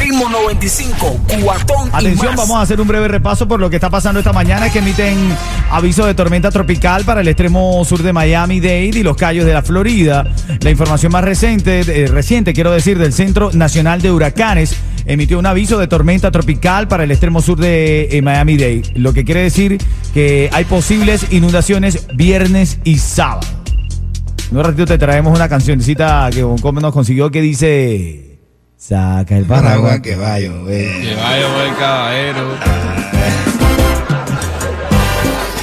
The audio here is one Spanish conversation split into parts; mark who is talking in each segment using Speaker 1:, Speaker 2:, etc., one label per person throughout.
Speaker 1: Ritmo 95, cuatón
Speaker 2: Atención, vamos a hacer un breve repaso por lo que está pasando esta mañana, que emiten aviso de tormenta tropical para el extremo sur de Miami Dade y los callos de la Florida. La información más reciente, eh, reciente quiero decir, del Centro Nacional de Huracanes emitió un aviso de tormenta tropical para el extremo sur de eh, Miami Dade, lo que quiere decir que hay posibles inundaciones viernes y sábado. En un ratito te traemos una cancioncita que Bon Come nos consiguió que dice... Saca el paraguas
Speaker 3: que va a llover.
Speaker 4: Que vaya buen caballero.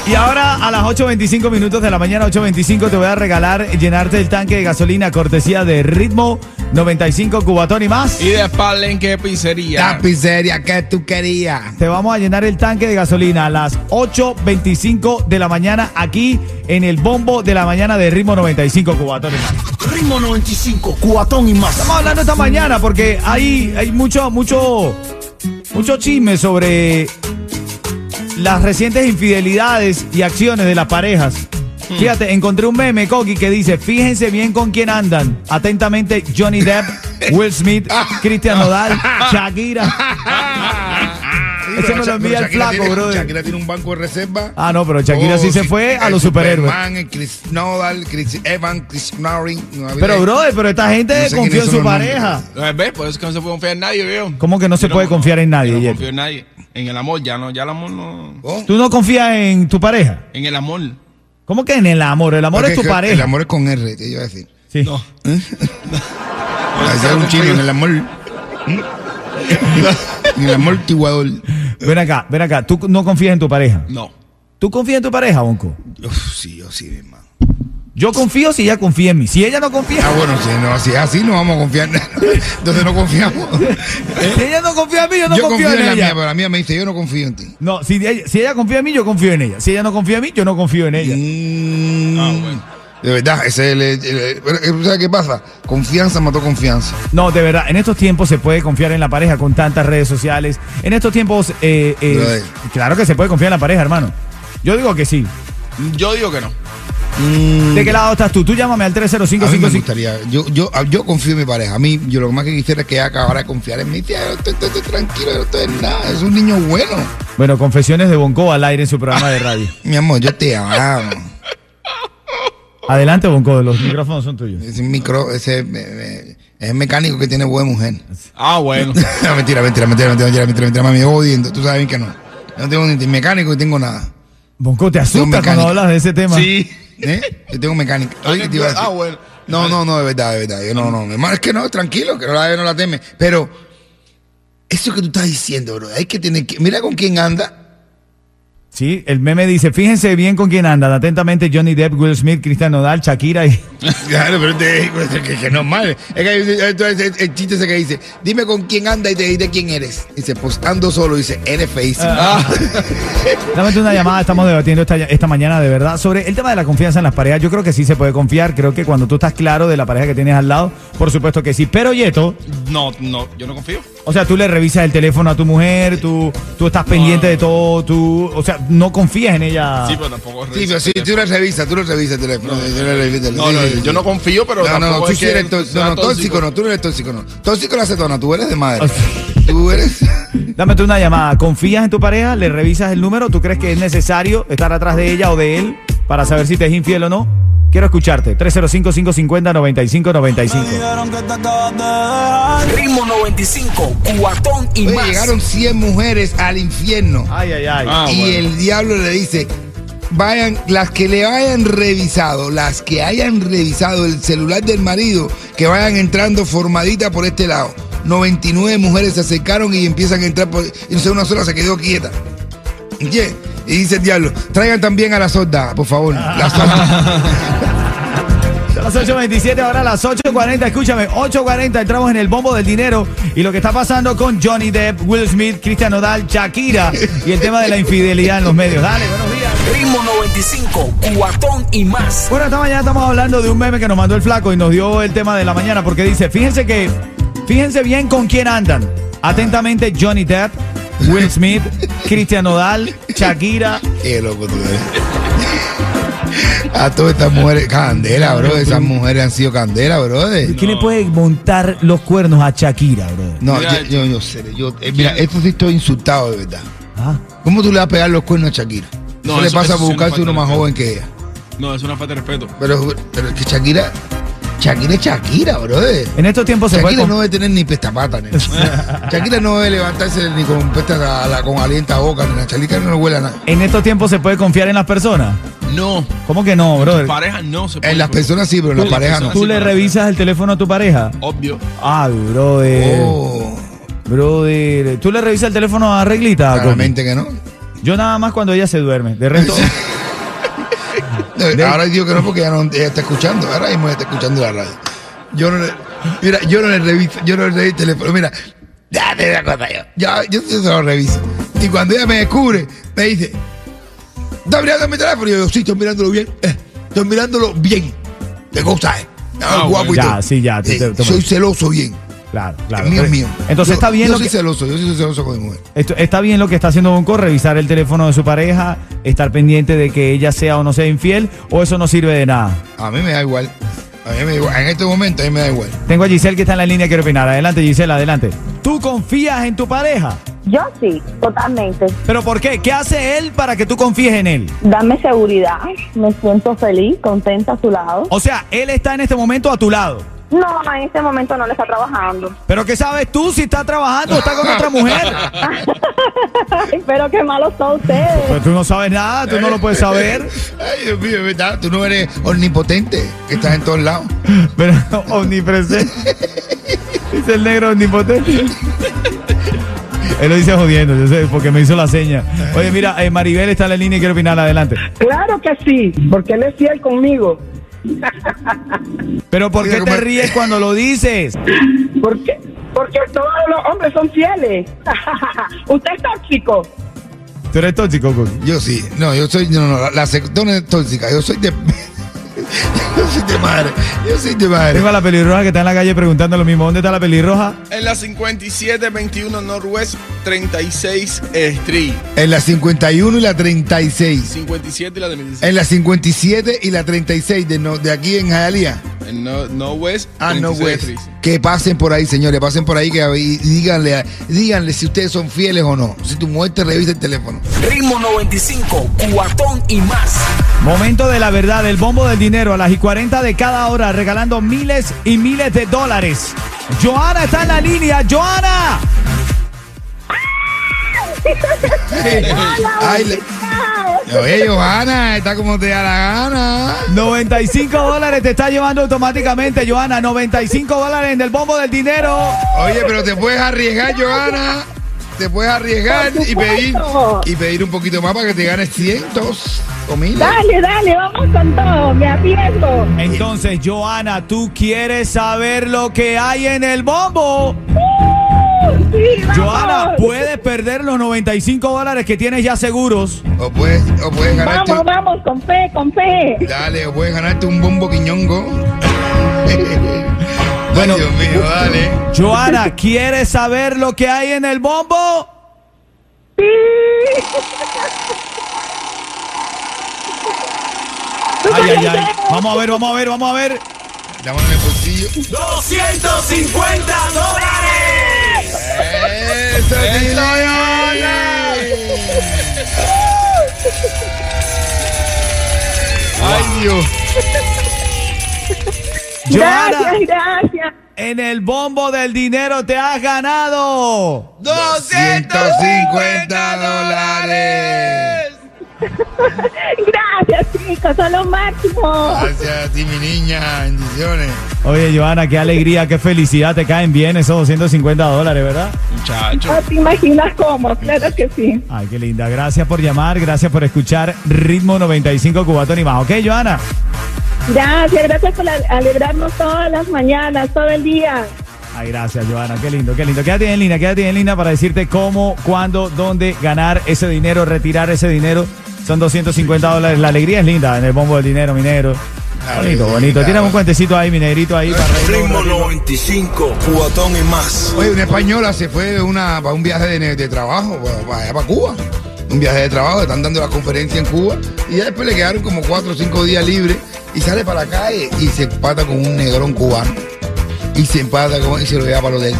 Speaker 2: Y ahora a las 8.25 minutos de la mañana, 8.25, te voy a regalar llenarte el tanque de gasolina cortesía de Ritmo 95 Cubatón y más.
Speaker 4: Y de espalda en qué pizzería.
Speaker 3: Tapicería que tú querías.
Speaker 2: Te vamos a llenar el tanque de gasolina a las 8.25 de la mañana aquí en el bombo de la mañana de Ritmo 95 Cubatón y más.
Speaker 1: Ritmo 95, cuatón y más.
Speaker 2: Estamos hablando esta mañana porque hay, hay mucho, mucho, mucho chisme sobre las recientes infidelidades y acciones de las parejas.
Speaker 1: Hmm.
Speaker 2: Fíjate, encontré un meme, Coqui, que dice, fíjense bien con quién andan. Atentamente, Johnny Depp, Will Smith, Cristian Nodal, Shakira. Ese me lo envía el flaco, brother.
Speaker 3: Shakira tiene un banco de reserva.
Speaker 2: Ah, no, pero Shakira
Speaker 3: Oh,
Speaker 2: sí se fue a
Speaker 3: el
Speaker 2: los superhéroes.
Speaker 3: Superman, el Chris Nodal, Chris Evans, Chris Marin.
Speaker 2: Pero, brother, pero esta gente
Speaker 3: No sé
Speaker 2: confió
Speaker 3: quiénes
Speaker 2: en
Speaker 3: son
Speaker 2: su
Speaker 3: los nombres.
Speaker 2: pareja.
Speaker 4: No, ¿Ves? Pues, Por eso que no se puede confiar en nadie, veo.
Speaker 2: ¿Cómo que no se puede confiar en nadie,
Speaker 4: No
Speaker 2: Jerry?
Speaker 4: confío en nadie. En el amor, ya no, ya el amor no.
Speaker 3: ¿Oh?
Speaker 2: ¿Tú no confías en tu pareja?
Speaker 4: En el amor.
Speaker 2: ¿Cómo que en el amor? El amor es tu pareja.
Speaker 3: El amor es con R, te iba a decir.
Speaker 2: Sí.
Speaker 4: No.
Speaker 2: Ah,
Speaker 3: Hacer un chino en el amor. ¿Mm? En el amor tiguador.
Speaker 2: Ven acá, ven acá. Tú no confías en tu pareja.
Speaker 4: No.
Speaker 2: ¿Tú confías en tu pareja, Onco?
Speaker 3: Uf, sí, yo sí, mi hermano.
Speaker 2: Yo confío si ella confía en mí. Si ella no confía,
Speaker 3: Ah, bueno, si, no, si es así, no vamos a confiar. Entonces no confiamos.
Speaker 2: si ella no confía en mí, yo no
Speaker 3: yo
Speaker 2: confío, en,
Speaker 3: la
Speaker 2: ella.
Speaker 3: mía, pero la mía me dice, yo no confío en ti.
Speaker 2: No, si ella, si ella confía en mí, yo confío en ella. Si ella no confía en mí, yo no confío en ella.
Speaker 3: Mm,
Speaker 4: Ah, bueno.
Speaker 3: De verdad, ese es el, el- el- pero, eh, ¿sabes qué pasa? Confianza mató confianza.
Speaker 2: No, de verdad, en estos tiempos se puede confiar en la pareja con tantas redes sociales. En estos tiempos, eh, eh,
Speaker 3: Brother.
Speaker 2: claro que se puede confiar en la pareja, hermano. Yo digo que sí.
Speaker 4: Yo digo que no.
Speaker 2: ¿De qué lado estás tú? Tú llámame al
Speaker 3: Mm. A mí me
Speaker 2: 30555.
Speaker 3: gustaría, yo, yo, yo confío en mi pareja. A mí, yo lo más que quisiera es que ella acabara de confiar en mí. Tía, yo estoy, estoy- estoy tranquilo, yo no estoy en nada. Es un niño bueno.
Speaker 2: Bueno, confesiones de Bonco al aire en su programa de radio.
Speaker 3: Mi amor, yo te amo.
Speaker 2: Adelante, Bonco, los micrófonos son tuyos.
Speaker 3: Es un micro, ese me- me- es el mecánico que tiene buena mujer.
Speaker 4: Ah, bueno.
Speaker 3: No, mentira, mentira, mentira, mentira, mentira, mentira, mentira, mami, odiando. Tú sabes bien que no. Yo no tengo ni mecánico y tengo nada.
Speaker 2: Bonco, te
Speaker 3: Soy un
Speaker 2: asustas cuando
Speaker 3: mecánico.
Speaker 2: hablas de ese tema.
Speaker 4: sí.
Speaker 3: ¿Eh? Yo tengo mecánico. Oye, ¿qué te iba a decir?
Speaker 4: Ah, bueno.
Speaker 3: No, no, no, de verdad, de verdad. Yo no, no. mi hermano, es que no, tranquilo, que no la, no la teme. Pero eso que tú estás diciendo, bro, hay que tener que. Mira con quién anda.
Speaker 2: Sí, el meme dice, fíjense bien con quién andan. Atentamente, Johnny Depp, Will Smith, Cristian Nodal, Shakira y...
Speaker 3: Claro, pero te digo es que, que no es mal. Es que hay- entonces, el, el chiste ese que dice, dime con quién anda y te diré quién eres. Dice, pues ando solo, dice, eres feísimo.
Speaker 4: Ah.
Speaker 2: Dame una llamada, estamos debatiendo esta, esta mañana de verdad sobre el tema de la confianza en las parejas. Yo creo que sí se puede confiar, creo que cuando tú estás claro de la pareja que tienes al lado, por supuesto que sí. Pero Yeto,
Speaker 4: No, no, yo no confío.
Speaker 2: o sea, tú le revisas el teléfono a tu mujer, tú, tú estás pendiente de todo, tú, o sea, no confías en ella.
Speaker 4: Sí, pero tampoco.
Speaker 3: Ah. Sí, pero sí,
Speaker 4: reviso.
Speaker 3: tú lo revisas, tú lo revisas el teléfono. tú lo revisas,
Speaker 4: No, no,
Speaker 3: sí, sí,
Speaker 4: yo
Speaker 3: sí.
Speaker 4: no confío, pero
Speaker 3: No, no,
Speaker 4: tampoco
Speaker 3: tú
Speaker 4: es
Speaker 3: sí
Speaker 4: que
Speaker 3: eres tó- no,
Speaker 4: sea
Speaker 3: no, tóxico, no, tú no eres tóxico, no. Tóxico la acetona, tú eres de madre.
Speaker 2: O sea-
Speaker 3: Tú eres.
Speaker 2: Dame tú una llamada, ¿confías en tu pareja? ¿Le revisas el número? ¿Tú crees que es necesario estar atrás de ella o de él para saber si te es infiel o no? Quiero escucharte. 305-550-9595.
Speaker 1: Ritmo 95, cuatón y
Speaker 3: Oye,
Speaker 1: más.
Speaker 3: llegaron 100 mujeres al infierno.
Speaker 2: Ay, ay, ay.
Speaker 4: Ah,
Speaker 3: y
Speaker 4: bueno.
Speaker 3: el diablo le dice: vayan, las que le hayan revisado, las que hayan revisado el celular del marido, que vayan entrando formadita por este lado. 99 mujeres se acercaron y empiezan a entrar por. Y no sé, una sola se quedó quieta. ¿Entiendes? Y dice el diablo, traigan también a la sorda, por favor. La sorda.
Speaker 2: Son las 8.27, ahora las 8.40, escúchame, 8.40 entramos en el bombo del dinero y lo que está pasando con Johnny Depp, Will Smith, Cristian Nodal, Shakira y el tema de la infidelidad en los medios. Dale, buenos días.
Speaker 1: Ritmo 95, cuatón y más.
Speaker 2: Bueno, esta mañana estamos hablando de un meme que nos mandó el flaco y nos dio el tema de la mañana porque dice, fíjense que, fíjense bien con quién andan. Atentamente Johnny Depp, Will Smith, Cristian Nodal, Shakira.
Speaker 3: Qué loco tú eres. A todas estas mujeres, candela, bro. Esas mujeres han sido candela, bro.
Speaker 2: ¿Quién le puede montar los cuernos a Shakira, bro?
Speaker 3: No,
Speaker 4: Mira,
Speaker 3: yo, yo, yo sé. Yo, eh, mira, esto sí estoy insultado de verdad.
Speaker 2: Ah,
Speaker 3: ¿Cómo tú le vas a pegar los cuernos a Shakira?
Speaker 4: No,
Speaker 3: No, le
Speaker 4: eso-
Speaker 3: pasa
Speaker 4: eso
Speaker 3: por
Speaker 4: sí no
Speaker 3: buscarse
Speaker 4: falta
Speaker 3: uno más
Speaker 4: respeto.
Speaker 3: joven que ella.
Speaker 4: No, es una falta de respeto.
Speaker 3: Pero, pero es que Shakira, Shakira es Shakira, bro.
Speaker 2: En estos tiempos se puede...
Speaker 3: Shakira
Speaker 2: con-
Speaker 3: no debe tener ni pestapata, nena. Shakira no debe levantarse ni con pesta a la- con alienta a boca, nena. Shakira no le huele a nada.
Speaker 2: En estos tiempos se puede confiar en las personas.
Speaker 4: No.
Speaker 2: ¿Cómo que no, brother?
Speaker 4: Parejas no se pueden
Speaker 3: En las personas sí, pero en las
Speaker 4: Tú-
Speaker 3: parejas no.
Speaker 2: ¿Tú le revisas el teléfono a tu pareja?
Speaker 4: Obvio.
Speaker 2: Ah, brother.
Speaker 3: Oh,
Speaker 2: Brother. ¿Tú le revisas el teléfono a Reglita?
Speaker 3: claramente que no.
Speaker 2: Yo nada más cuando ella se duerme. De resto...
Speaker 3: No, Eh, Ahora digo que no porque ya no ella está escuchando. Ahora mismo ella está escuchando la radio. Yo no le, mira, yo no le reviso, yo no le reviso el teléfono. Mira, ya te voy a contar yo. Ya, yo, yo se lo reviso. Y cuando ella me descubre, me dice, ¿estás mirando mi teléfono? Y yo, sí, estoy mirándolo bien. Eh, estoy mirándolo bien. De cosa, eh.
Speaker 4: Ah,
Speaker 3: guapo y
Speaker 2: bueno.
Speaker 3: todo. Eh,
Speaker 2: Ya, sí, ya, tú te- toma.
Speaker 3: soy celoso bien.
Speaker 2: Claro, claro.
Speaker 3: El mío es mío.
Speaker 2: Entonces
Speaker 3: Yo-
Speaker 2: está bien
Speaker 3: Yo
Speaker 2: lo
Speaker 3: soy
Speaker 2: que
Speaker 3: celoso, yo sí soy celoso con mi mujer.
Speaker 2: esto- está bien lo que está haciendo Bonco, revisar el teléfono de su pareja, estar pendiente de que ella sea o no sea infiel, o eso no sirve de nada.
Speaker 3: A mí me da igual. A mí me da igual. En este momento a mí me da igual.
Speaker 2: Tengo a Giselle que está en la línea, quiero opinar. Adelante, Giselle, adelante. ¿Tú confías en tu pareja?
Speaker 5: Yo sí, totalmente.
Speaker 2: ¿Pero por qué? ¿Qué hace él para que tú confíes en él?
Speaker 5: Dame seguridad. Me siento feliz, contenta a su lado.
Speaker 2: O sea, él está en este momento a tu lado.
Speaker 5: No, en este momento no le está trabajando.
Speaker 2: ¿Pero qué sabes tú si está trabajando o está con otra mujer?
Speaker 5: Ay, pero qué malos son ustedes.
Speaker 2: Pues tú no sabes nada, tú no lo puedes saber.
Speaker 3: Ay, Dios mío, es verdad. Tú no eres omnipotente, que estás en todos lados.
Speaker 2: Pero omnipresente. Dice el negro omnipotente. Él lo dice jodiendo, yo sé, porque me hizo la seña. Oye, mira, eh, Maribel está en la línea y quiere opinar, adelante.
Speaker 6: Claro que sí, porque él es fiel conmigo.
Speaker 2: Pero ¿por
Speaker 3: Oye,
Speaker 2: qué te
Speaker 3: Omar.
Speaker 2: ríes cuando lo dices?
Speaker 6: Porque, porque todos los hombres son fieles. Usted es tóxico.
Speaker 2: Tú eres tóxico, Coqui.
Speaker 3: Yo sí. No, yo soy. No, no, la, la sectona es tóxica. Yo soy de. yo soy de madre. Yo soy de madre.
Speaker 2: Tengo a la pelirroja que está en la calle preguntando lo mismo. ¿Dónde está la pelirroja?
Speaker 4: En la 5721 Northwest 36 Street.
Speaker 3: En la 51 y la 36.
Speaker 4: 57 y la de 26.
Speaker 3: En la 57 y la 36 de, no- de aquí en Jalía.
Speaker 4: En no, Northwest
Speaker 3: Eh. Ah, no, güey.
Speaker 4: 36 Street.
Speaker 3: Que pasen por ahí, señores. Pasen por ahí que, y díganle, a- díganle si ustedes son fieles o no. Si tu mujer te revisa el teléfono.
Speaker 1: Ritmo 95, cuatón y más.
Speaker 2: Momento de la verdad, el bombo del dinero a las y 40 de cada hora, regalando miles y miles de dólares. Joana está en la línea, Joana.
Speaker 3: Ay, le- Oye, Johanna, está como te da la gana.
Speaker 2: 95 dólares te está llevando automáticamente, Joana. 95 dólares en el bombo del dinero.
Speaker 3: Oye, pero te puedes arriesgar, Johanna. Te puedes arriesgar
Speaker 5: Por
Speaker 3: y pedir,
Speaker 5: supuesto.
Speaker 3: y pedir un poquito más para que te ganes cientos o miles.
Speaker 5: Dale, dale, vamos con todo. Me atiendo.
Speaker 2: Entonces, Joana, ¿tú quieres saber lo que hay en el bombo?
Speaker 5: Uh, Sí, vamos.
Speaker 2: Joana, puedes perder los 95 dólares que tienes ya seguros.
Speaker 3: O puedes, o puedes ganarte.
Speaker 5: Vamos, vamos, con fe, con fe.
Speaker 3: Dale, o puedes ganarte un bombo quiñongo.
Speaker 2: Bueno.
Speaker 3: bueno, Dios mío, dale.
Speaker 2: Joana, ¿quieres saber lo que hay en el bombo?
Speaker 5: Sí.
Speaker 2: Ay, ay, ay. Vamos a ver, vamos a ver, vamos a ver.
Speaker 3: Dame en el bolsillo.
Speaker 1: 250 dólares.
Speaker 3: ¡Eso sí, Johanna! ¡Ay, Dios!
Speaker 2: Joana,
Speaker 5: Gracias, gracias.
Speaker 2: en el bombo del dinero te has ganado.
Speaker 3: 250 dólares.
Speaker 5: Gracias, chicos, son lo máximo.
Speaker 3: Gracias a ti, mi niña. Bendiciones.
Speaker 2: Oye, Joana, qué alegría, qué felicidad. Te caen bien esos 250 dólares, ¿verdad?
Speaker 4: Muchacho.
Speaker 5: No Ah, te imaginas cómo, claro que sí.
Speaker 2: Ay, qué linda. Gracias por llamar, gracias por escuchar Ritmo 95 Cubatón y más. Ok, Joana.
Speaker 5: Gracias, gracias por ale- alegrarnos todas las mañanas, todo el día.
Speaker 2: Ay, gracias, Joana. Qué lindo, qué lindo. Quédate en línea, quédate en línea para decirte cómo, cuándo, dónde ganar ese dinero, retirar ese dinero Son 250 dólares. La alegría es linda en el bombo del dinero, minero. Bonito, bonito. Tienes un cuentecito ahí, minerito ahí. Para reír.
Speaker 7: Ritmo 95, cuatón y más.
Speaker 3: Oye, una española se fue de una, para un viaje de, de trabajo, para, para allá para Cuba. Un viaje de trabajo, están dando la conferencia en Cuba. Y ya después le quedaron como cuatro o cinco días libres. Y sale para la calle y se empata con un negrón cubano. Y se empata con y se lo lleva para el hotel.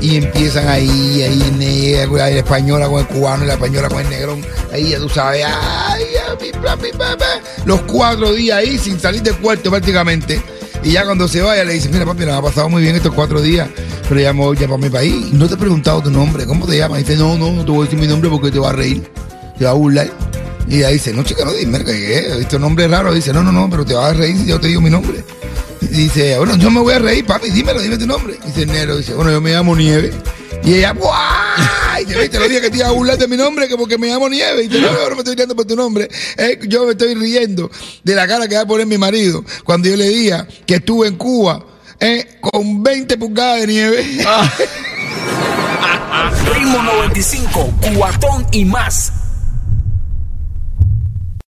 Speaker 3: Y empiezan ahí, ahí, en el- la española con el cubano y la española con el negrón. Ahí ya tú sabes, ay, ya, mi, pa, mi, pa, pa. los cuatro días ahí sin salir del cuarto prácticamente. Y ya cuando se vaya le dice, mira papi, nos ha pasado muy bien estos cuatro días, pero ya me voy ya para mi país. No te he preguntado tu nombre, ¿cómo te llamas? Y dice, no, no, no te voy a decir mi nombre porque te va a reír, te va a burlar. Y ella dice, no chica, no dime, que es este nombre es raro. Dice, no, no, no, pero te vas a reír si yo te digo mi nombre. Y Dice, bueno, yo me voy a reír, papi, dímelo, dime tu nombre. Dice el negro, dice, bueno, yo me llamo Nieve. Y ella, ¡guau! Y dice, "Viste, lo dije que te iba a burlar de mi nombre, que porque me llamo Nieve. Y dice, no, no, no me estoy riendo por tu nombre. Eh, yo me estoy riendo de la cara que va a poner mi marido cuando yo le diga que estuve en Cuba eh, con 20 pulgadas de nieve.
Speaker 1: Ritmo 95, cuatón y más.